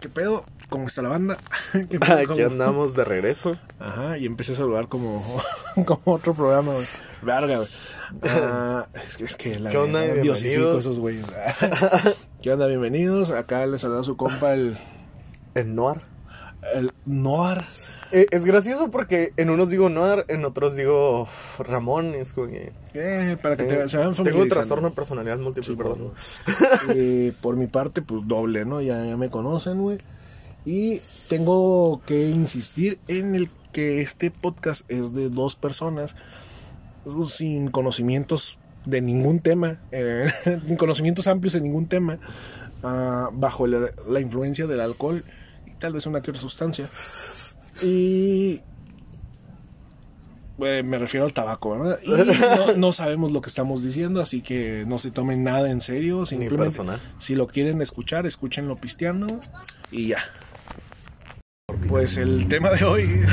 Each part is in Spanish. ¿qué pedo? ¿Cómo está la banda? Ah, ¿Qué pedo? Aquí ¿Cómo? andamos de regreso. Ajá, y empecé a saludar como, como otro programa, güey. Verga, güey. Ah, es, que- es que la ¿Qué onda? verdad, diosifico Bienvenidos. esos güeyes. ¿Qué onda? Bienvenidos. Acá les saluda su compa el, El Noir. el Noir. Eh, es gracioso porque en unos digo Noir, en otros digo Ramón. Es como que. Eh, para que te, Tengo, se vayan tengo un familiarizando. trastorno de personalidad múltiple, perdón. Eh, por mi parte, pues doble, ¿no? Ya, ya me conocen, güey. Y tengo que insistir en el que este podcast es de dos personas pues, sin conocimientos de ningún tema, eh, sin conocimientos amplios de ningún tema, ah, bajo la, la influencia del alcohol y tal vez una que otra sustancia. Y eh, me refiero al tabaco, ¿verdad? Y no, no sabemos lo que estamos diciendo, así que no se tomen nada en serio. Simplemente, personal. si lo quieren escuchar, escúchenlo pisteando y ya. Pues el tema de hoy.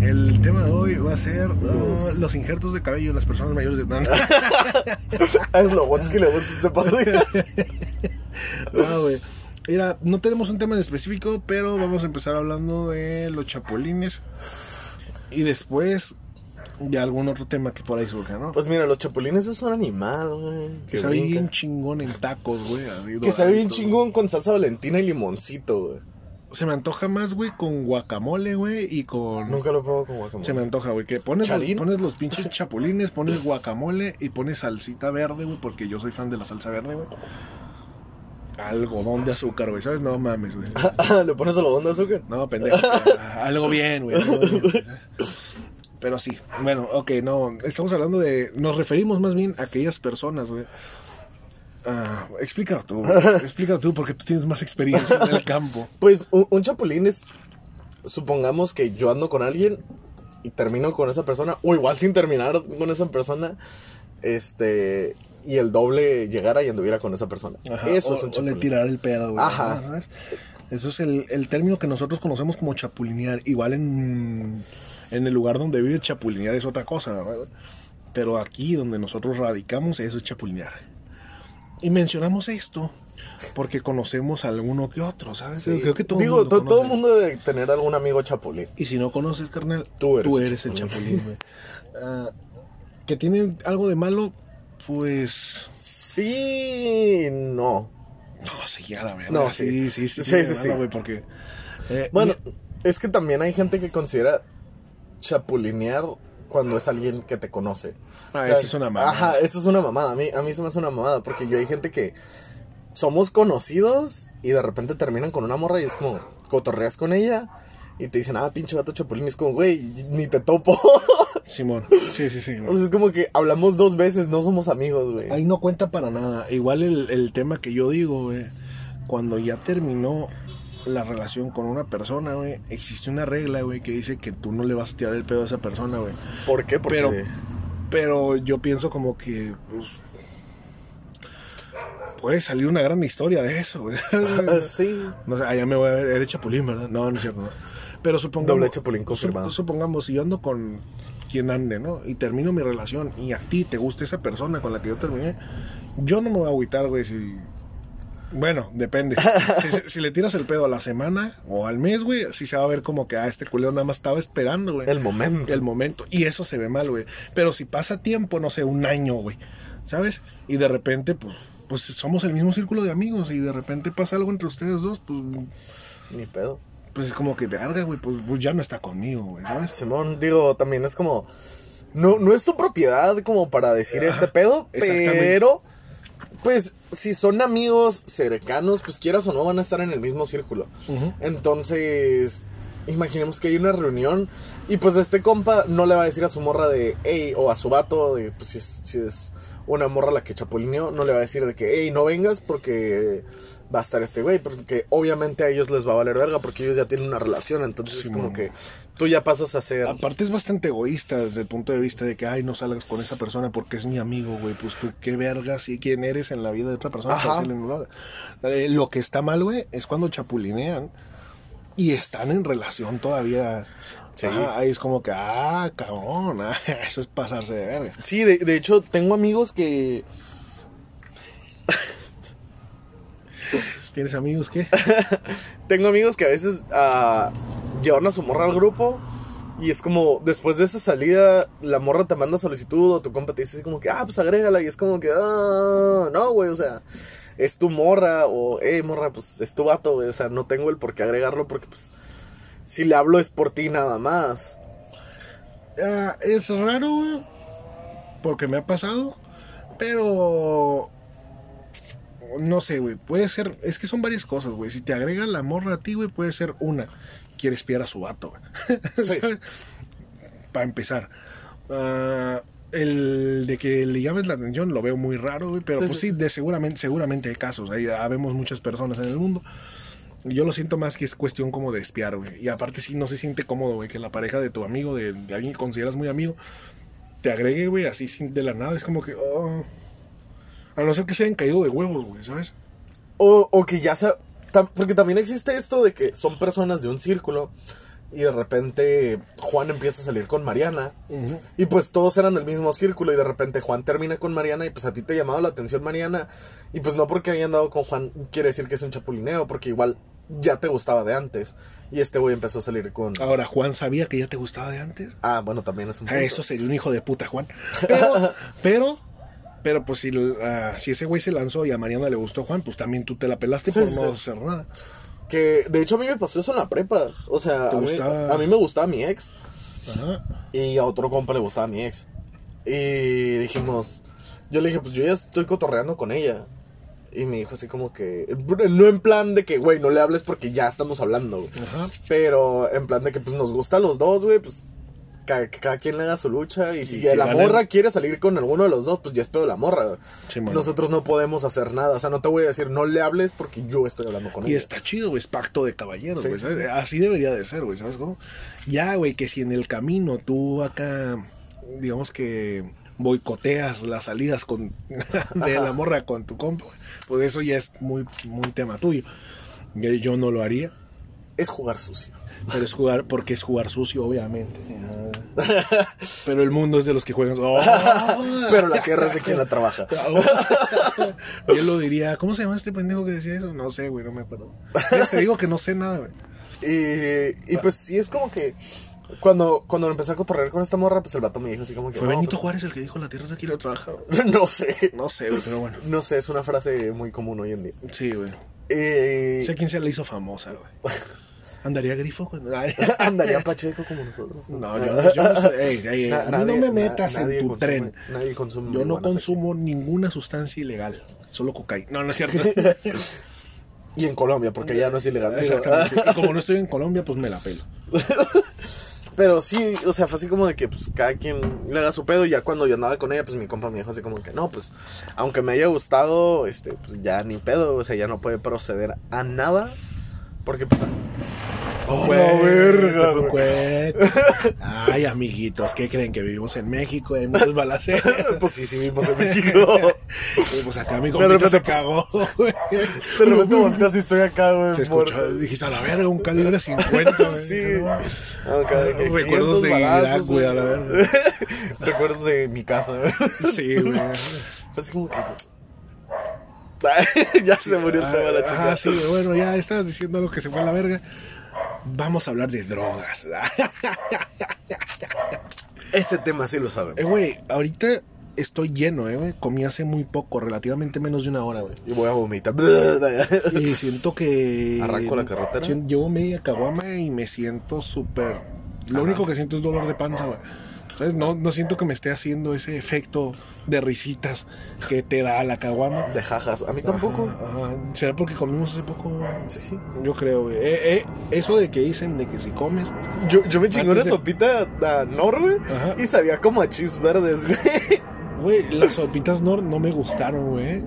El tema de hoy va a ser ah, los injertos de cabello en las personas mayores de no, no. es lo Watts que le gusta este padre. No, Ah, güey. Mira, no tenemos un tema en específico, pero vamos a empezar hablando de los chapulines. Y después de algún otro tema que por ahí surja, ¿no? Pues mira, los chapulines es un animal, güey. que sabe brinca. bien chingón en tacos, güey. así Que sabe bien doradito. chingón con salsa valentina y limoncito, güey. Se me antoja más, güey, con guacamole, güey, y con... Nunca lo he probado con guacamole. Se me antoja, güey, que pones los, ¿Charín? pones los pinches chapulines, pones guacamole y pones salsita verde, güey, porque yo soy fan de la salsa verde, güey. Algodón de azúcar, güey, ¿sabes? No mames, güey. ¿Le pones algodón de azúcar? No, pendejo. Ah, algo bien, güey. algo bien, güey, ¿sabes? Pero sí, bueno, ok, no, estamos hablando de, nos referimos más bien a aquellas personas, güey. Ah, explícalo tú, güey, explícalo tú porque tú tienes más experiencia en el campo. Pues un, un chapulín es. Supongamos que yo ando con alguien y termino con esa persona, o igual sin terminar con esa persona, este. Y el doble llegara y anduviera con esa persona. Ajá, Eso o, es un o le chapulín. tirar el pedo, güey. Ajá. ¿no? ¿Sabes? Eso es el, el término que nosotros conocemos como chapulinear. Igual en, en el lugar donde vive chapulinear es otra cosa, ¿verdad? Pero aquí donde nosotros radicamos, eso es chapulinear. Y mencionamos esto porque conocemos a alguno que otro, ¿sabes? Sí. Creo que todo Digo, mundo to- todo el conoce. mundo debe tener algún amigo chapulín. Y si no conoces, carnal, Tú eres el el chapulín. chapulín, güey. Ah, que tiene algo de malo, pues... Sí, no. No, sí, ya la verdad. No, sí, sí, sí. sí. Sí, tiene sí, malo, sí. güey, porque... eh, Bueno, es que también hay gente que considera chapulinear cuando es alguien que te conoce. Ah, eso es una mamada. Ajá, eso es una mamada. A mí, a mí se me hace una mamada porque yo hay gente que somos conocidos y de repente terminan con una morra y es como cotorreas con ella y te dicen, ah, pinche gato chapulín. Y es como, güey, ni te topo. Simón, sí, sí, sí. o sea, es como que hablamos dos veces, no somos amigos, güey. Ahí no cuenta para nada. Igual el, el tema que yo digo, güey, cuando ya terminó la relación con una persona, güey, existe una regla, güey, que dice que tú no le vas a tirar el pedo a esa persona, güey. ¿Por qué? Porque Pero, pero yo pienso como que, pues, puede salir una gran historia de eso, güey. Ah, sí. No sé, allá me voy a ver, eres chapulín, ¿verdad? No, no es cierto, no. Pero supongamos... Doble chapulín confirmado. sup- supongamos, si yo ando con quien ande, ¿no? Y termino mi relación y a ti te gusta esa persona con la que yo terminé, yo no me voy a agüitar, güey, si... Bueno, depende. Si, si- si le tiras el pedo a la semana o al mes, güey, sí se va a ver como que, ah, este culero nada más estaba esperando, güey El momento. el momento. Y eso se ve mal, güey. Pero si pasa tiempo, no sé, un año, güey. ¿Sabes? Y de repente, pues, pues somos el mismo círculo de amigos y de repente pasa algo entre ustedes dos, pues, Ni pedo. pues es como que, verga, güey, pues, pues ya no está conmigo, güey, ¿sabes? Simón, digo, también es como. No, no es tu propiedad como para decir Ajá, este pedo, exactamente. pero. Pues si son amigos cercanos, pues quieras o no van a estar en el mismo círculo. Ujú. Entonces, imaginemos que hay una reunión y pues este compa no le va a decir a su morra de, hey, o a su vato, de, pues si es, si es una morra la que chapulineó, no le va a decir de que, hey, no vengas porque va a estar este güey, porque obviamente a ellos les va a valer verga porque ellos ya tienen una relación, entonces es como Simón. que tú ya pasas a ser... Aparte es bastante egoísta desde el punto de vista de que, ay, no salgas con esa persona porque es mi amigo, güey. Pues tú, qué vergas y quién eres en la vida de otra persona. Ajá. para hacerle un lado. Eh, lo que está mal, güey, es cuando chapulinean y están en relación todavía. Sí. Ajá, ahí es como que, ah, cabrón, ah, eso es pasarse de verga. Sí, de, de hecho tengo amigos que... ¿Tienes amigos qué? Tengo amigos que a veces ah, llevan a su morra al grupo y es como, después de esa salida, la morra te manda solicitud o tu compa te dice así como que, ah, pues agrégala y es como que, ah, no, güey, o sea, es tu morra o, eh, morra, pues es tu vato, güey, o sea, no tengo el por qué agregarlo porque, pues, si le hablo es por ti nada más. Ah, es raro, güey, porque me ha pasado, pero no sé, güey, puede ser, es que son varias cosas, güey. Si te agrega la morra a ti, güey, puede ser una, quiere espiar a su vato, güey. Sí. ¿Sabes? Para empezar. Ah, el de que le llames la atención lo veo muy raro, güey, pero Sí, pues sí. sí, de seguramente, seguramente hay casos, ahí habemos muchas personas en el mundo. Yo lo siento más que es cuestión como de espiar, güey. Y aparte sí no se siente cómodo, güey, que la pareja de tu amigo, de, de alguien que consideras muy amigo, te agregue, güey, así sin, de la nada. Es como que, oh. A no ser que se hayan caído de huevos, güey, ¿sabes? O, o que ya sea, tam- porque también existe esto de que son personas de un círculo y de repente Juan empieza a salir con Mariana. Y pues todos eran del mismo círculo y de repente Juan termina con Mariana y pues a ti te ha llamado la atención Mariana y pues no porque hayan andado con Juan quiere decir que es un chapulineo porque igual ya te gustaba de antes y este güey empezó a salir con... Ahora, Juan sabía que ya te gustaba de antes. Ah, bueno, también es un... Ah, punto. eso sería un hijo de puta, Juan. Pero, pero, pero pues si, ah, si ese güey se lanzó y a Mariana le gustó Juan, pues también tú te la pelaste Sí, por sí, no sí. hacer nada. Que de hecho a mí me pasó eso en la prepa. O sea, ¿Te a mí, gustaba? a mí me gustaba mi ex Ajá. y a otro compa le gustaba mi ex. Y dijimos, yo le dije, pues yo ya estoy cotorreando con ella. Y me dijo así como que, no en plan de que, güey, no le hables porque ya estamos hablando. güey. Ajá. Pero en plan de que pues nos gusta a los dos, güey, pues ca- que cada, quien le haga su lucha. Y si Y que la gane. morra quiere salir con alguno de los dos, pues ya es pedo de la morra. güey. Sí, mano. Nosotros no podemos hacer nada. O sea, no te voy a decir no le hables porque yo estoy hablando con Y ella. está chido, güey, es pacto de caballeros, Sí, güey. sí, ¿sabes? Así debería de ser, güey, ¿sabes cómo? Ya, güey, que si en el camino tú acá, digamos que boicoteas las salidas con, de la morra con tu compa, güey, pues eso ya es muy, muy tema tuyo. Yo- Yo no lo haría, Es jugar sucio. pero es jugar, porque es jugar sucio, obviamente. Ah. Pero el mundo es de los que juegan. ¡Oh! Pero la tierra es de quien la trabaja. Yo lo diría, ¿cómo se llama este pendejo que decía eso? No sé, güey, no me acuerdo. Ves, Te digo que no sé nada, güey. Y, y pues sí, es como que cuando, cuando empecé a cotorrear con esta morra, pues el vato me dijo así como que... Fue no, Benito Juárez el que dijo la tierra es de quien la trabaja. güey"? pues, no sé. No sé, güey, pero bueno. No sé, es una frase muy común hoy en día. Sí, güey. Eh, Sé quién se la hizo famosa, güey. ¿Andaría grifo? cuando- Ay. Andaría pacheco como nosotros. No, yo, yo no sé. Ey, ey, Na- a mí nadie- no na- me metas nadie en tu consume- tren. Nadie consume. Yo no marihuana, consumo ninguna sustancia ilegal, solo cocaína. No, no es cierto. sé que- Y en Colombia, porque ya no es ilegal. digo. Exactamente. Y como no estoy en Colombia, pues me la pelo. ah. Pero sí, o sea, fue así como de que pues cada quien le haga su pedo. Y ya cuando yo andaba con ella, pues mi compa me dijo así como que no, pues aunque me haya gustado, este, pues ya ni pedo. O sea, ya no puede proceder a nada. Porque pues. Oh, la verga, Ay, amiguitos, ¿qué creen? Que vivimos en México, hay muchos balaceros. Pues sí, sí vivimos en México. Y pues acá mi De compita repente- se cagó, güey. De repente volteas y estoy acá, güey. Se escuchó, muerto. dijiste a la verga, un calibre 50, güey. Sí. Dije, "No". Acá de que Recuerdos 500 de Irak, güey, a la verga. Recuerdos de mi casa, güey. Sí, güey. Fue así como que. Ay, ya se murió el tema la chica. Ah, sí, bueno, ya estabas diciendo lo que se fue a la verga. Vamos a hablar de drogas. Ese tema sí lo saben. Eh, güey, ahorita estoy lleno, eh, güey. Comí hace muy poco, relativamente menos de una hora, güey. Y voy a vomitar. Y siento que. ¿Arranco la carretera? Sien- Llevo media caguama y me siento súper. Lo Ajá. único que siento es dolor de panza, güey. ¿Sabes? No, no siento que me esté haciendo ese efecto de risitas que te da la caguama. De jajas. A mí tampoco. Ajá, ajá. ¿Será porque comimos hace poco? Sí, sí. Yo creo, güey. Eh, eh, eso de que dicen de que si comes. Yo, yo me chingué Antes de- una sopita a Nor, güey. Ajá. Y sabía como a chips verdes, güey. Güey, las sopitas no, no me gustaron, güey.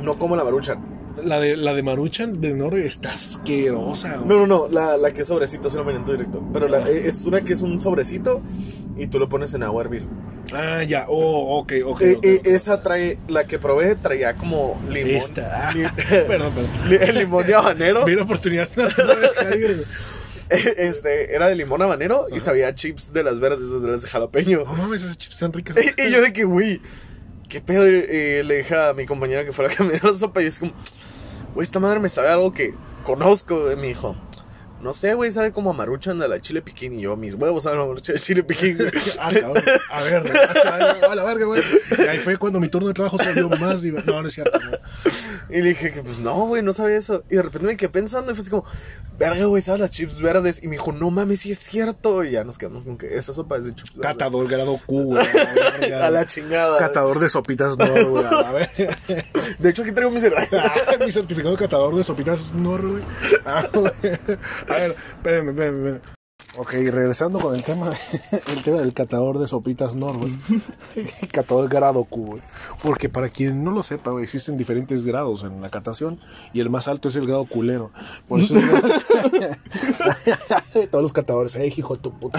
No como la marucha. La de, la de Maruchan de Noro está asquerosa, güey. No, no, no, la, la que es sobrecito, se lo miren en tu directo. Pero la- eh, es una que es un sobrecito y tú lo pones en agua a hervir. Ah, ya. Oh, ok, ok. Eh, ok, eh, ok. esa trae, la que probé traía como limón. Esta. li- Perdón, perdón. li- limón y habanero. Vi la oportunidad. no, no me dejar ir, güey. Eh, Este, era de limón habanero y sabía a chips de las verdes, de las de jalapeño. No mames, esas chips están ricas. Y, y yo de que, güey, qué pedo. Eh, le dije a mi compañera que fuera a caminar la sopa y es como, güey, esta madre me sabe algo que conozco, güey. Me dijo, no sé, güey, sabe como a Maruchan de la chile piquín. Y yo, mis huevos saben a Maruchan de chile piquín, güey. Ah, cabrón. A ver, ah, cabrón, a la verga, güey. Y ahí fue cuando mi turno de trabajo se abrió más. Y... No, no es cierto. güey. Y le dije, que, pues no, güey, no sabía eso. Y de repente me quedé pensando y fue así como, verga, güey, sabe las chips verdes. Y me dijo, no mames, sí es cierto. Y ya nos quedamos con que esta sopa es de chips verdes. Catador grado Q, güey. a la verga, A la chingada. Catador de sopitas no, güey. A ver. De hecho, aquí traigo mi celular. Mi certificado de catador de sopitas no, güey. Ah, güey. A ver, espérenme, espérenme, espérenme. Ok, regresando con el tema, el tema del catador de sopitas Nor, güey. catador grado Q, güey. Porque para quien no lo sepa, güey, existen diferentes grados en la catación y el más alto es el grado culero. Por eso todos los catadores, eh, hijo de tu puta.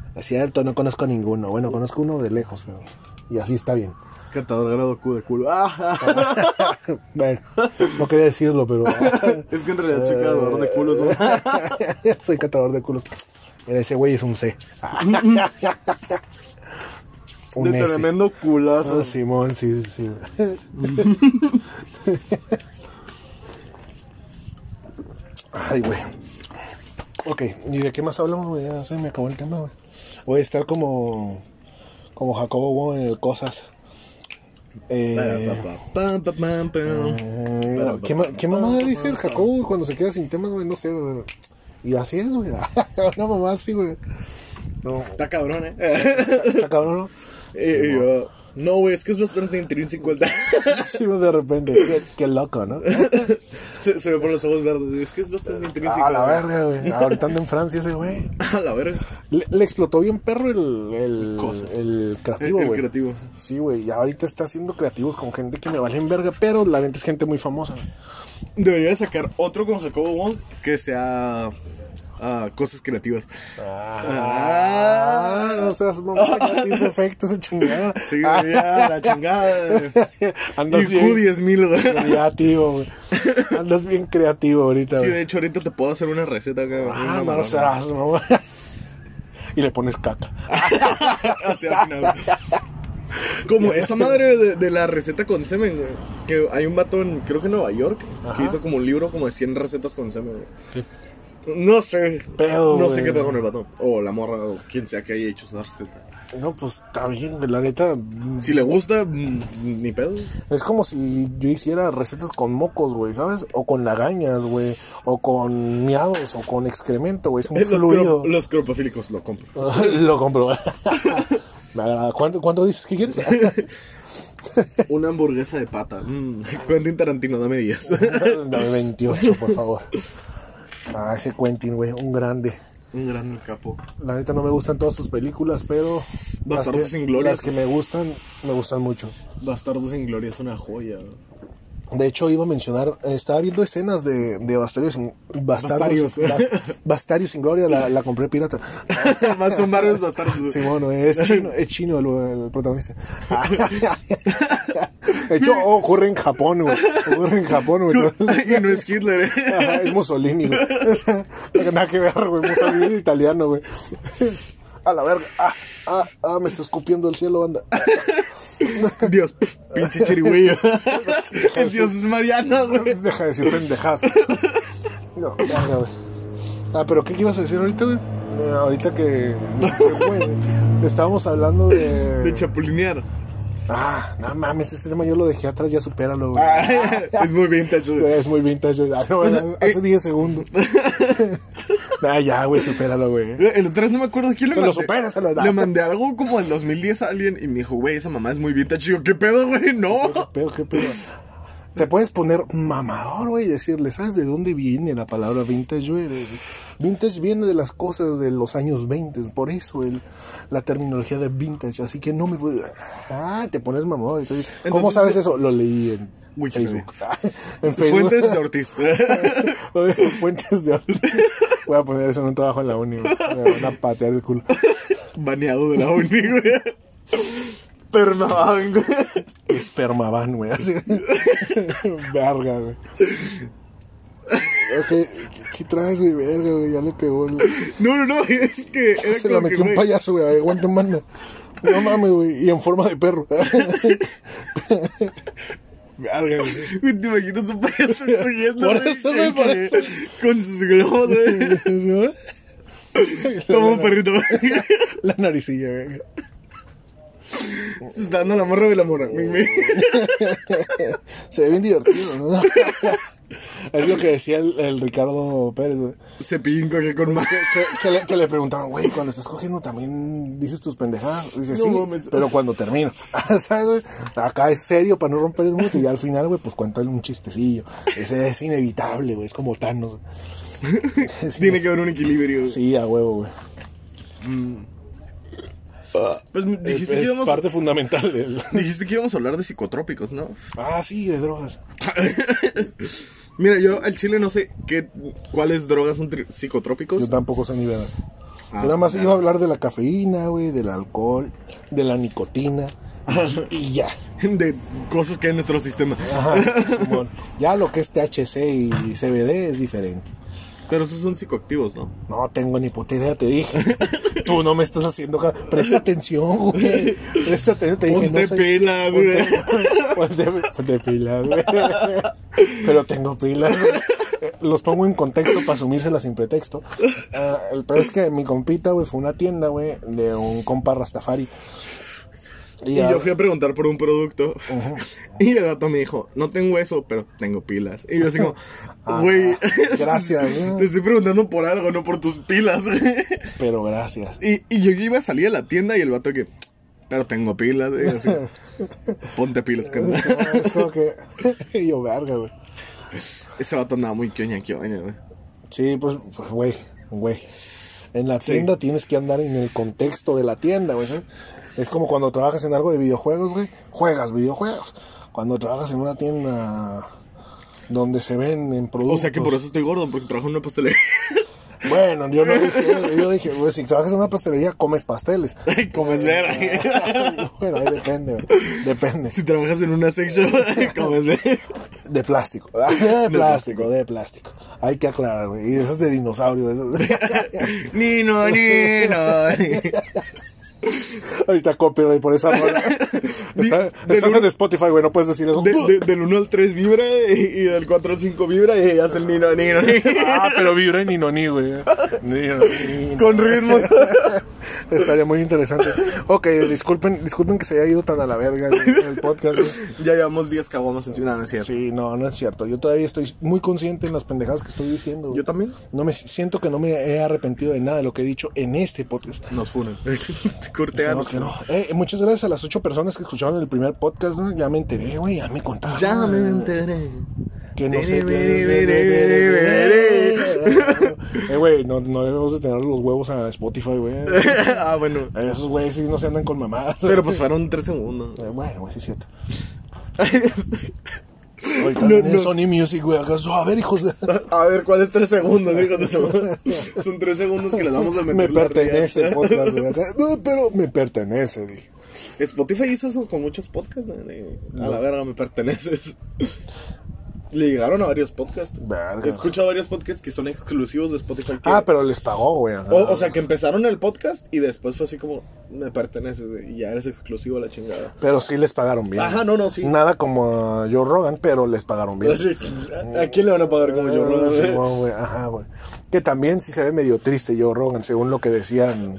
Es cierto, no conozco ninguno. Bueno, conozco uno de lejos, pero y así está bien. Catador grado Q de culo. Ah, Bueno, no quería decirlo, pero ah. es que en realidad soy catador Eh, de culo, ¿no? soy catador de culos. Mira, ese güey es un C. un De S. tremendo Ah, culazo. Simón, sí, sí, sí. Ay, güey. Ok, ¿y de qué más hablamos, güey? Ya se me acabó el tema, güey. Voy a estar como, como Jacobo Wong en el Cosas. Ah, Eh, Pam, pam, pam, pam. Eh, ¿Qué, ma- qué mamada dice el Jacobo güey, cuando se queda sin temas, güey? No sé, güey. Y así es, güey. Una mamá así, güey. No, Está cabrón, eh. está cabrón, ¿no? Y yo, no, güey, es que es bastante intrínseco el Sí, güey, de repente. Qué, qué loco, ¿no? se, se ve por los ojos verdes. Es que es bastante intrínseco. Eh, A la verga, güey. Ahorita anda en Francia ese, güey. A la verga. Le, le explotó bien perro el, el, Cosas. el creativo, El, el Eh, güey. creativo. Sí, güey. Y ahorita está haciendo creativos con gente que me valen verga, pero la gente es gente muy famosa. Debería de sacar otro con Jacobo Wong que sea ah, cosas creativas. Ah, no seas mamá, ya te hizo efecto esa chingada. Sí, güey, ya, la chingada. güey. Andas IQ bien 10000, güey. creativo, güey. Andas bien creativo ahorita, Sí, güey. de hecho, ahorita te puedo hacer una receta acá. una Ah, no mamada. seas mamá. Y le pones caca. Así al final. Como esa madre de, de la receta con semen, güey. Que hay un vato en, creo que en Nueva York, Ajá. que hizo como un libro como de 100 recetas con semen, güey. No sé. Pedo, No sé güey. qué pedo con el vato. O la morra, o quien sea que haya hecho esa receta. No, pues está bien, güey, la neta. mm, Si le gusta, mm, ni pedo. Es como si yo hiciera recetas con mocos, güey, ¿sabes? O con lagañas, güey. O con miados, o con excremento, güey. Es un Eh, Los, fluido. cro- los cropofílicos lo compro. Lo compro. Me agrada. ¿Cuánto, cuánto dices que quieres? Una hamburguesa de pata. Mm. Quentin Tarantino, dame 10. Dame 28, por favor. Ah, ese Quentin, güey, un grande. un gran capo. La neta no me gustan todas sus películas, pero las Bastardos que, sin gloria. las que me gustan, me gustan mucho. Bastardos sin gloria es una joya. güey. De hecho, iba a mencionar, eh, estaba viendo escenas de, de Bastardos sin, Bastardos, Bastarios. Bas- Bastarios sin Gloria, la, la compré pirata. Más son varios bastardos. güey. Simón, güey, es chino, es chino el, el protagonista. De hecho, ocurre en Japón, güey. Ocurre en Japón, güey. y no es Hitler, eh. Ajá, es Mussolini, güey. O sea, nada que ver, güey. Mussolini es italiano, güey. A la verga. Ah, ah, ah, me está escupiendo el cielo, banda. Dios, pf, pinche chirigüillo. El Dios es Mariano, güey. Deja de decir pendejadas. No, verga, güey. Ah, pero ¿qué ibas a decir ahorita, güey? Eh, ahorita que. este, güey, Estábamos hablando de. De chapulinear. Ah, no mames, ese tema yo lo dejé atrás, ya supéralo, güey. es muy vintage, güey. Es muy vintage, güey. Ah, no, sea, hace 10 segundos. ah, ya, güey, supéralo, güey. El otra vez no me acuerdo quién le Te lo mandé. superas, se lo da. Le mandé algo como el 2010 a alguien y me dijo, güey, esa mamá es muy vintage. Y yo, ¿qué pedo, güey? No. pedo, qué pedo. Te puedes poner mamador, güey, y decirle, ¿sabes de dónde viene la palabra vintage, güey? Vintage viene de las cosas de los años 20, por eso el, la terminología de vintage, así que no me puedo... Ah, te pones mamador. entonces, ¿Cómo Entonces, sabes yo- eso? Lo leí en Wikipedia. Facebook. Ah, en Facebook. Fuentes de Ortiz. Fuentes de orden. Voy a poner eso en un trabajo en la uni. güey. Me van a patear el culo. Baneado de la uni, güey. Permaban, güey. Espermaban, güey. Así. Verga, güey. Ok, ¿qué- ¿qué traes, güey? Verga, güey. Ya le pegó. el- No, no, no, es que era Se la como que, metió un güey, payaso, güey. Aguanta, manda. No mames, güey. Y en forma de perro. Verga, güey. Te imaginas un payaso fluyendo. Por eso, güey, por eso. Con sus globos, güey. Toma un perrito, güey. La naricilla, güey. Se está dando la morra y la morra. Ming, ming. Se ve bien divertido, ¿no? es lo que decía el, el Ricardo Pérez, güey. Se pinco que con más. Que, que- que le, que le preguntaron, güey, cuando estás cogiendo también dices tus pendejadas. Dice, No sí, mames. pero cuando termino. ¿Sabes, güey? Acá es serio para no romper el mute y ya al final, güey, pues cuéntale un chistecillo. Ese es inevitable, güey, es como Thanos. güey. Sí, Tiene que haber un equilibrio. güey. sí, a huevo, güey. Pues dijiste Es- que es íbamos. parte fundamental del... Dijiste que íbamos a hablar de psicotrópicos, ¿no? Ah, sí, de drogas. Mira, yo al chile no sé qué, cuáles drogas son tri- Yo psicotrópicos. tampoco sé ni veras. Ah, Yo nada más claro. iba a hablar de la cafeína, güey, del alcohol, de la nicotina y ya. De cosas que hay en nuestro sistema. Ajá, Simón. Ya lo que es THC y CBD es diferente. Pero esos son psicoactivos, ¿no? No tengo ni puta idea, te dije. Tú no me estás haciendo caso. Presta atención, güey. Presta atención, te dije. Ponte no soy- pilas, güey. Ponte, ponte pilas, güey. Pero tengo pilas, güey. Los pongo en contexto para asumírselas sin pretexto. Ah, el peor es que mi compita, güey, fue a una tienda, güey, de un compa Rastafari. Y, Y ya- yo fui a preguntar por un producto. Y el gato me dijo, no tengo eso, pero tengo pilas. Y yo así como, Ah, güey. gracias, güey. Te estoy preguntando por algo, no por tus pilas, güey. Pero gracias. Y, y yo iba a salir a la tienda y el vato que, pero tengo pilas. Y yo así, como, ponte pilas, carnal. Es como que. y yo, verga, güey. Ese vato andaba muy quioña, quioña, güey. Sí, pues, pues, güey, güey. En la tienda tienes que andar en el contexto de la tienda, güey. ¿sabes? Es como cuando trabajas en algo de videojuegos, güey. Juegas videojuegos. Cuando trabajas en una tienda donde se venden productos. O sea que por eso estoy gordo, porque trabajo en una pastelería. Bueno, yo no dije, eso, yo dije, güey, si trabajas en una pastelería, comes pasteles. comes ver. bueno, ahí depende, güey. Depende. Si trabajas en una sex shop, comes ver. De plástico. De plástico, de plástico. Hay que aclarar, güey. Y eso es de dinosaurio. de esos- Nino, Nino. Ahorita copyright por esa rola. Está- del estás en uno- Spotify, güey, no puedes decir eso. De- de- del 1 al 3 vibra y, y del 4 al 5 vibra y hace el nino, nino, nino. Ah, pero vibra en Ninoní, güey. Ninoní. Con ritmo. Estaría muy interesante. Ok, disculpen, disculpen que se haya ido tan a la verga el, el podcast. güey. Ya llevamos 10 caguamas encima, ¿no es cierto? Sí, no, no es cierto. Yo todavía estoy muy consciente en las pendejadas que estoy diciendo. güey. Yo también. No me siento que no me he arrepentido de nada de lo que he dicho en este podcast. Nos funen. Esperemos Corteanos. que no. Eh, muchas gracias a las ocho personas que escucharon el primer podcast. ¿no? Ya me enteré, güey, ya me contaron. Ah, Ya me enteré. Que no sé. Eh, güey, no, no debemos de tener los huevos a Spotify, güey. ah, bueno. Esos güeyes sí no se andan con mamadas. Pero pues fueron 3 segundos. Eh, Bueno, güey, sí es cierto. Ahorita viene no. Sony Music, güey. acá, A ver, hijos de... A ver, ¿cuál es 3 segundos, hijos de su- Son 3 segundos que les vamos a meter. Me la riata. pertenece el podcast, güey. acá, No, pero me pertenece, dije. Spotify hizo eso con muchos podcasts. ¿no? De- A la verga, me perteneces. Le llegaron a varios podcasts. Verga. He escuchado varios podcasts que son exclusivos de Spotify. que- Ah, pero les pagó, güey. acá. o, o sea, que empezaron el podcast y después fue así como, me perteneces, güey, y ya eres exclusivo a la chingada. Pero sí les pagaron bien. Ajá, no, no, sí. Nada como a Joe Rogan, pero les pagaron bien. Así, ¿A a quién le van a pagar como yo? Ah, no? Simón, güey, Ajá, güey. Que también sí se ve medio triste Joe Rogan, según lo que decían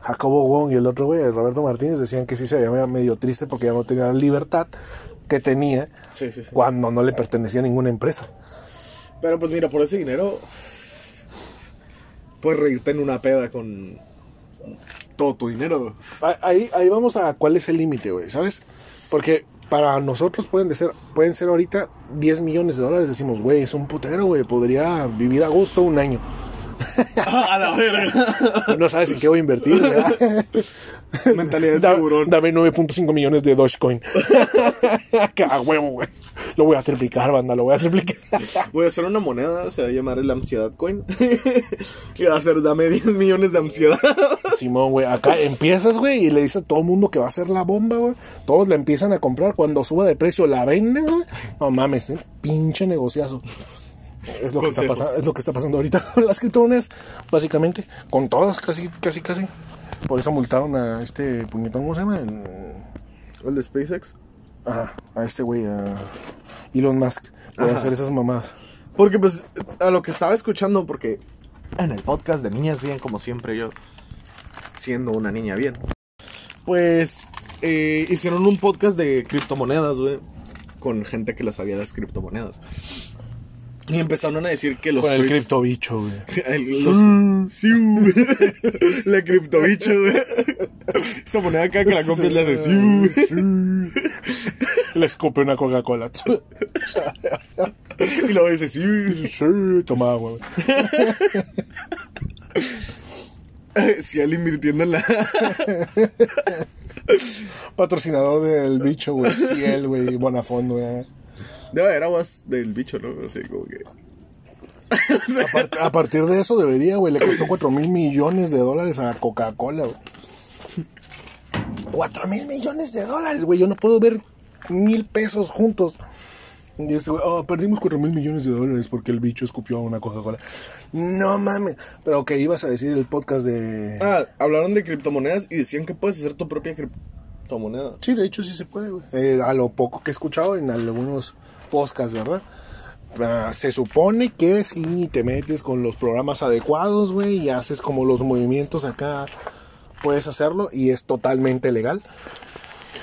Jacobo Wong y el otro güey, Roberto Martínez, decían que sí se veía medio triste porque ya no tenía la libertad que tenía Sí, sí, sí. cuando no le pertenecía a ninguna empresa. Pero pues mira, por ese dinero, puedes reírte en una peda con todo tu dinero. Ah, Ahí, ahí vamos a cuál es el límite, güey, ¿sabes? Porque para nosotros pueden, de ser, pueden ser ahorita 10 millones de dólares, decimos, güey, es un putero, güey, podría vivir a gusto un año. a la verga. No sabes en qué voy a invertir, ¿verdad? Mentalidad de Da- tiburón. Dame 9.5 millones de Dogecoin. a huevo, güey. Lo voy a triplicar, banda, lo voy a triplicar. Voy a hacer una moneda, se va a llamar el Ansiedad Coin. y va a ser, dame 10 millones de ansiedad. Simón, güey, acá empiezas, güey, y le dices a todo el mundo que va a ser la bomba, güey. Todos la empiezan a comprar. Cuando suba de precio, la venden, güey. No mames, ¿eh? pinche negociazo. Es lo, que está Consejos. pasando, es lo que está pasando ahorita con las criptomonedas, básicamente. Con todas, casi, casi, casi. Por eso multaron a este puñetón, ¿cómo se llama? El- ¿El de SpaceX? Ajá, a este güey, a Elon Musk, por Ajá. hacer esas mamás. Porque pues a lo que estaba escuchando, porque en el podcast de Niñas Bien, como siempre yo, siendo una niña bien, pues eh, hicieron un podcast de criptomonedas, güey, con gente que les sabía las criptomonedas. Y empezaron a decir que los Con el Mm. tweets- criptobicho, güey. el- los- sí, güey. la criptobicho, güey. Esa moneda cada que la compres le haces. Le escupe una Coca-Cola. y luego dices. Sí, toma agua, güey. Si él invirtiendo en la. Patrocinador del bicho, güey. Ciel, güey. Bonafón, güey. No, era más del bicho, ¿no? Así como que. A, par- a partir de eso debería, güey. Le costó 4 mil millones de dólares a Coca-Cola, güey. 4 mil millones de dólares, güey. Yo no puedo ver mil pesos juntos. Y este, güey, "Oh, perdimos 4 mil millones de dólares porque el bicho escupió una Coca-Cola. No mames. Pero que ibas a decir el podcast de. Ah, hablaron de criptomonedas y decían que puedes hacer tu propia criptomoneda. Sí, de hecho sí se puede, güey. Eh, a lo poco que he escuchado en algunos podcasts, ¿verdad? Ah, se supone que si te metes con los programas adecuados, güey, y haces como los movimientos acá, puedes hacerlo y es totalmente legal.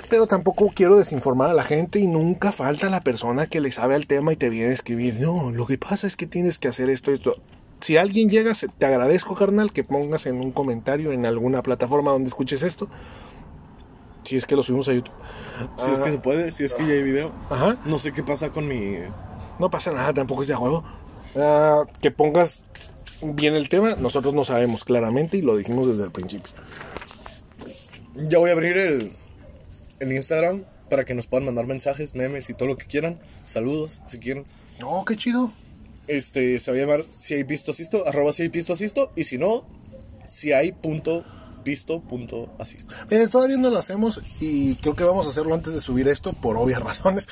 Pero tampoco quiero desinformar a la gente y nunca falta la persona que le sabe al tema y te viene a escribir, no, lo que pasa es que tienes que hacer esto, esto. Si alguien llega, se- te agradezco, carnal, que pongas en un comentario en alguna plataforma donde escuches esto. Si es que lo subimos a YouTube. Si es Ah. que se puede, si es que ya hay video. Ajá. No sé qué pasa con mi. No pasa nada, tampoco es de juego. Ah, que pongas bien el tema, nosotros no sabemos claramente y lo dijimos desde el principio. Ya voy a abrir el, el Instagram para que nos puedan mandar mensajes, memes y todo lo que quieran. Saludos, si quieren. Oh, qué chido. Este, se va a llamar si hay visto asisto, arroba si hay visto asisto. Y si no, si hay punto visto punto asisto. Eh, todavía no lo hacemos y creo que vamos a hacerlo antes de subir esto por obvias razones.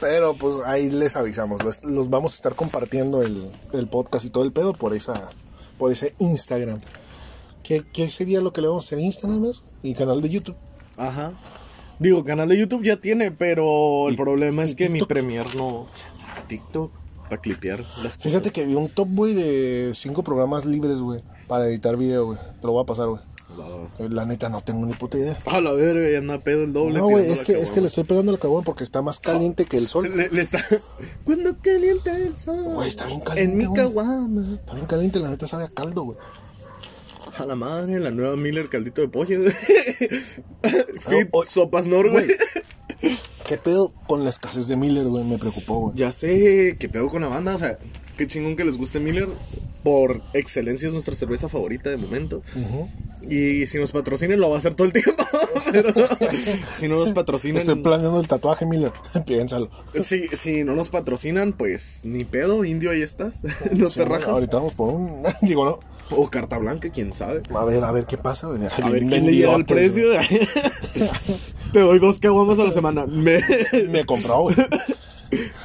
Pero pues ahí les avisamos. Los, los vamos a estar compartiendo el, el podcast y todo el pedo por esa por ese Instagram. ¿Qué, qué sería lo que le vamos a hacer Instagram es? y canal de YouTube? Ajá. Digo, canal de YouTube ya tiene, pero el problema es que mi TikTok? premier no. TikTok, para clipear las cosas. Fíjate que vi un top, güey, de cinco programas libres, güey, para editar video, güey. Te lo voy a pasar, güey. La neta, no tengo ni puta idea. A la verga, ya anda pedo el doble. No, güey, tirando es la que, es que le caguama. estoy pegando el cagón porque está más caliente que el sol. Le, le está. Cuando calienta el sol. Güey, está bien caliente, En mi güey. caguama. Está bien caliente, la neta sabe a caldo, güey. A la madre, la nueva Miller caldito de pollo. Fit, o- sopas nor, Ah, güey. Güey. ¿Qué pedo con la escasez de Miller, güey? Me preocupó, güey. Ya sé, que pedo con la banda, o sea, qué chingón que les guste Miller. Por excelencia es nuestra cerveza favorita de momento. Ujú. Y si nos patrocinan lo va a hacer todo el tiempo. Pero si no nos patrocinan, Estoy planeando el tatuaje, Miller. Piénsalo. si, si no nos patrocinan, pues ni pedo, indio, ahí estás. no Sí, te güey, rajas. Ahorita vamos por un... Digo, no. O carta blanca, quién sabe. A ver, a ver qué pasa, güey. A ver quién le lleva el precio. Te doy dos caguamas a la semana. Me- Me compró, güey.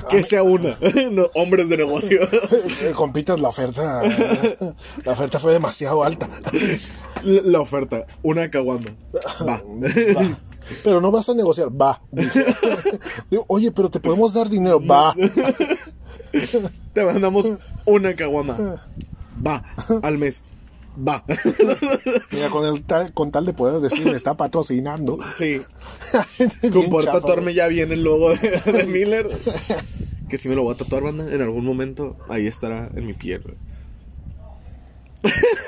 que sea una. No, hombres de negocio. Eh, Compitas, la oferta... La oferta fue demasiado alta. La, la oferta, una caguama. Va. Va. Pero no vas a negociar, va. Digo, oye, pero te podemos dar dinero, va. Te mandamos una caguama. Va. Al mes. Va. Mira, con, el tal, con tal de poder decir, me está patrocinando. Sí. Bien Con poder chafa, tatuarme ya bien el logo de, de Miller. Que si me lo voy a tatuar, banda, en algún momento ahí estará en mi piel. güey. güey.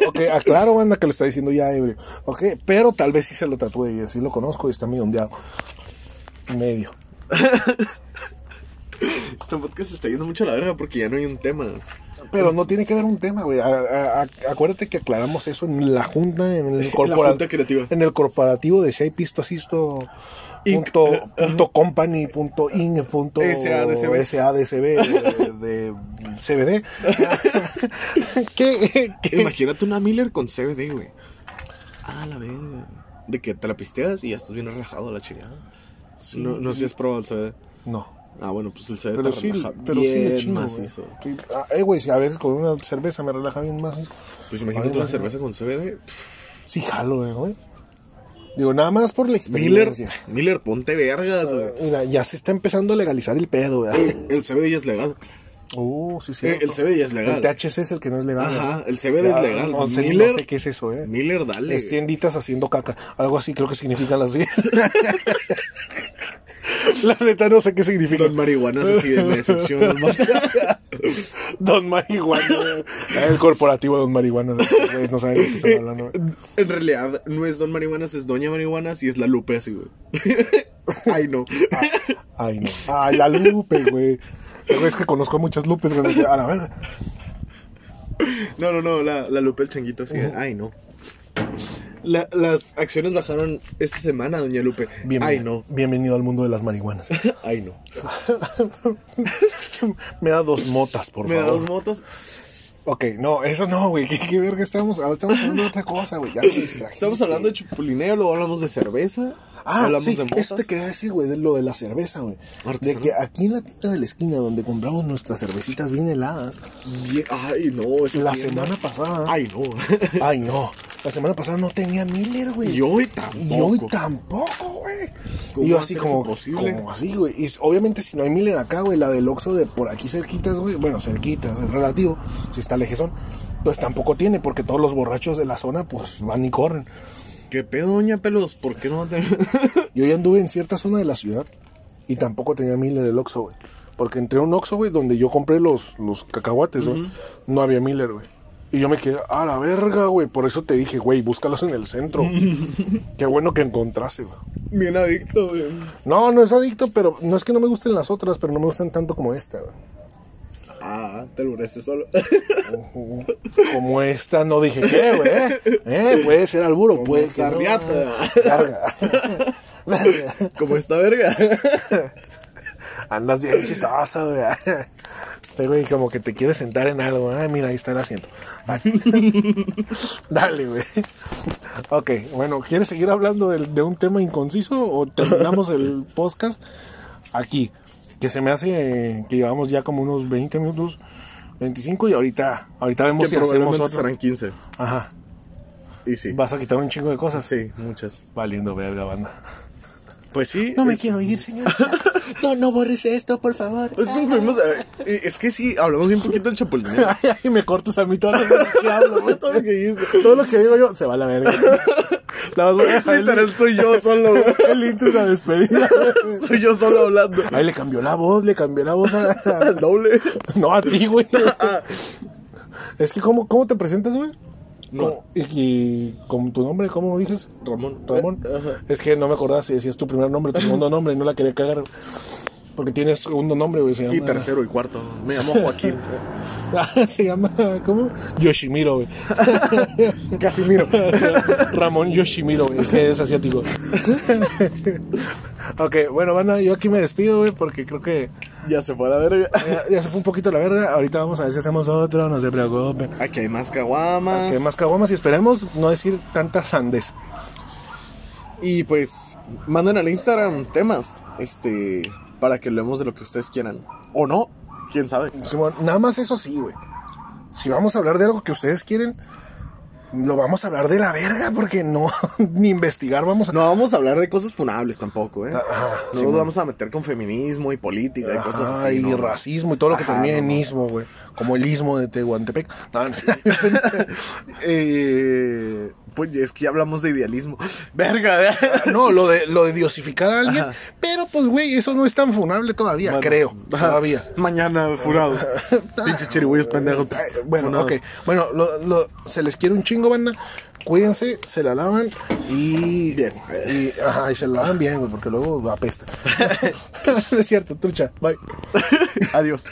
Ok, aclaro, banda, que lo está diciendo ya ebrio. Ok, pero tal vez sí se lo tatúe y así lo conozco y está medio ondeado. Medio. Este podcast se está yendo mucho a la verga porque ya no hay un tema. Pero no tiene que ver un tema, güey. A- a- a- Acuérdate que aclaramos eso en la junta, en el, corpora- junta creativa. en el corporativo de si hay pisto asisto. Inc. Punto, punto company, punto in, punto SADCB. SADCB, de, de CBD. ¿Qué, qué? Imagínate una Miller con CBD, güey. Ah, la verga. De que te la pisteas y ya estás bien relajado a la chingada. No, no sé si has probado el CBD. No. Ah, bueno, pues el CBD Pero te sí, relaja pero sí bien le chingo, güey. macizo. Sí, ah, eh, güey, si a veces con una cerveza me relaja bien más. Pues imagínate Ay, una imagínate. cerveza con CBD. Sí, jalo, eh, güey. Digo, nada más por la Miller, experiencia. Miller, ponte vergas, güey. Mira, ya se está empezando a legalizar el pedo, ¿verdad? El CBD ya es legal. Oh, sí, sí. Eh, el CBD ya es legal. El THC es el que no es legal. Ajá, ¿verdad? el CBD es Ya, legal. No sé, Miller, no sé qué es eso, ¿eh? Miller, dale. Es tienditas haciendo caca. Algo así creo que significan las 10. La neta no sé qué significa. Don Don, Marihuana es así de me decepciona. más. Marihuana. Ah, El corporativo de Don Marihuana. güeyes, No saben de qué están hablando. güey. en realidad, no es Don Marihuanas, es Doña Marihuanas y es la Lupe así, güey. Ay, no. Ah, Ay, no. Ay, la Lupe, güey. Güey, Es que conozco a muchas Lupes, güey. A la verga. No, no, no, la, la Lupe el changuito así. de, Ay, no. La- las acciones bajaron esta semana, Doña Lupe. Bienvenido, Ay, no. bienvenido al mundo de las marihuanas. Ay, no. Me da dos motas, por Me da favor. dos motos. Ok, no, eso no, güey. ¿Qué, qué verga estamos? ahora Estamos hablando de otra cosa, güey. Ya me distraje. Estamos hablando de chupulineo, luego hablamos de cerveza. Ah, hablamos sí, de motos. eso te quería decir, güey, de lo de la cerveza, güey. De Artesanal. que aquí en la tienda de la esquina donde compramos nuestras cervecitas bien heladas, Bien- Ay, no. esa la tienda. semana pasada... Ay, Ay, no. no, la semana pasada no tenía Miller, güey. Y hoy Y tampoco. hoy tampoco, güey. ¿Cómo Y yo va a así ser como, eso posible? como así, güey. Y obviamente si no hay Miller acá, güey, la del Oxxo de por aquí cerquitas, güey. Bueno, cerquitas, es relativo, si está lejezón. Pues tampoco tiene, porque todos los borrachos de la zona, pues, van y corren. ¿Qué pedo, Doña Pelos? ¿Por qué no va a tener.? Yo ya anduve en cierta zona de la ciudad y tampoco tenía Miller el Oxxo, güey. Porque entré a un Oxxo, güey, donde yo compré los, los cacahuates, güey. No había Miller, güey. Y yo me quedé, a la verga, güey. Por eso te dije, güey, búscalos en el centro. Qué bueno que encontraste, güey. Bien adicto, güey. No, no es adicto, pero no es que no me gusten las otras, pero no me gustan tanto como esta, güey. Ah, te lograste solo. Uh, Como esta, no dije qué, güey. Eh, puede ser alburo, puede esta estar riata. Verga. Verga. Como esta verga. Andas bien chistoso, güey. Este güey como que te quiere sentar en algo. Ah, mira, ahí está el asiento. Ah. Dale, güey. Ok, bueno, ¿quieres seguir hablando del- de, un tema inconciso o terminamos el podcast aquí? Que se me hace que llevamos ya como unos 20 minutos, 25 y ahorita, ahorita Que vemos si hacemos probablemente otro. serán 15. Ajá. Y sí. Vas a quitar un chingo de cosas. Sí, muchas. Valiendo verga, banda. Pues sí. No me eh, quiero ir, señor. No, no borres esto, por favor. Pues concluimos. eh, eh, es que sí, hablamos bien poquito del chapulineo. Ay, ay, me cortas a mí todo lo que hablo, güey. Todo lo que dijiste. Todo lo que digo yo se va a la verga. Nada más voy a dejar el, Literal, soy yo solo, güey. el intro y la despedida. Soy yo solo hablando. Ay, le cambió la voz, le cambió la voz a... a- Al doble. no, a ti, güey. Es que, ¿cómo, cómo te presentas, güey? No. ¿Cómo- Y, y con tu nombre, ¿cómo dices? Ramón. Ramón. Eh, Ajá. Es que no me acordaba si decías tu primer nombre, tu segundo nombre, y no la quería cagar. Porque tienes segundo nombre, güey. se Y llama- Ah, tercero y cuarto. Me llamo Joaquín. se llama, ¿cómo? Yoshimiro, güey. Casimiro. Ramón Yoshimiro, güey, es que es asiático. ok, bueno, bueno, yo aquí me despido, güey, porque creo que Ya se fue a la verga. ya, ya se fue un poquito la verga. Ahorita vamos a ver si hacemos otro, no se preocupen. Aquí hay más caguamas. Que más caguamas y esperemos no decir tantas sandes. Y pues, manden al Instagram temas. Este. Para que hablemos de lo que ustedes quieran. O no. Quién sabe. Simón, nada más eso sí, güey. Si vamos a hablar de algo que ustedes quieren, lo vamos a hablar de la verga, porque no, ni investigar vamos a... No vamos a hablar de cosas funables tampoco, ¿eh? Ajá, no sí, nos man. vamos a meter con feminismo y política y Ajá, cosas así. y ¿no? racismo y todo lo que Ajá, termina no, en no. ismo, güey. Como el ismo de Tehuantepec. No, no. Eh, pues es que ya hablamos de idealismo. Verga, ¿eh? No, lo de, lo de diosificar a alguien. Ajá. Pero pues, güey, eso no es tan funable todavía, Bueno, creo. ajá. Todavía. Mañana, furado. Pinches chirigüeyos pendejos. Eh, Bueno, Funados. ok. Bueno, lo- lo- se les quiere un chingo, banda. Cuídense, se la lavan y. Bien. Y, ajá, y se la lavan bien, güey, porque luego apesta. es cierto, trucha. Bye. Adiós.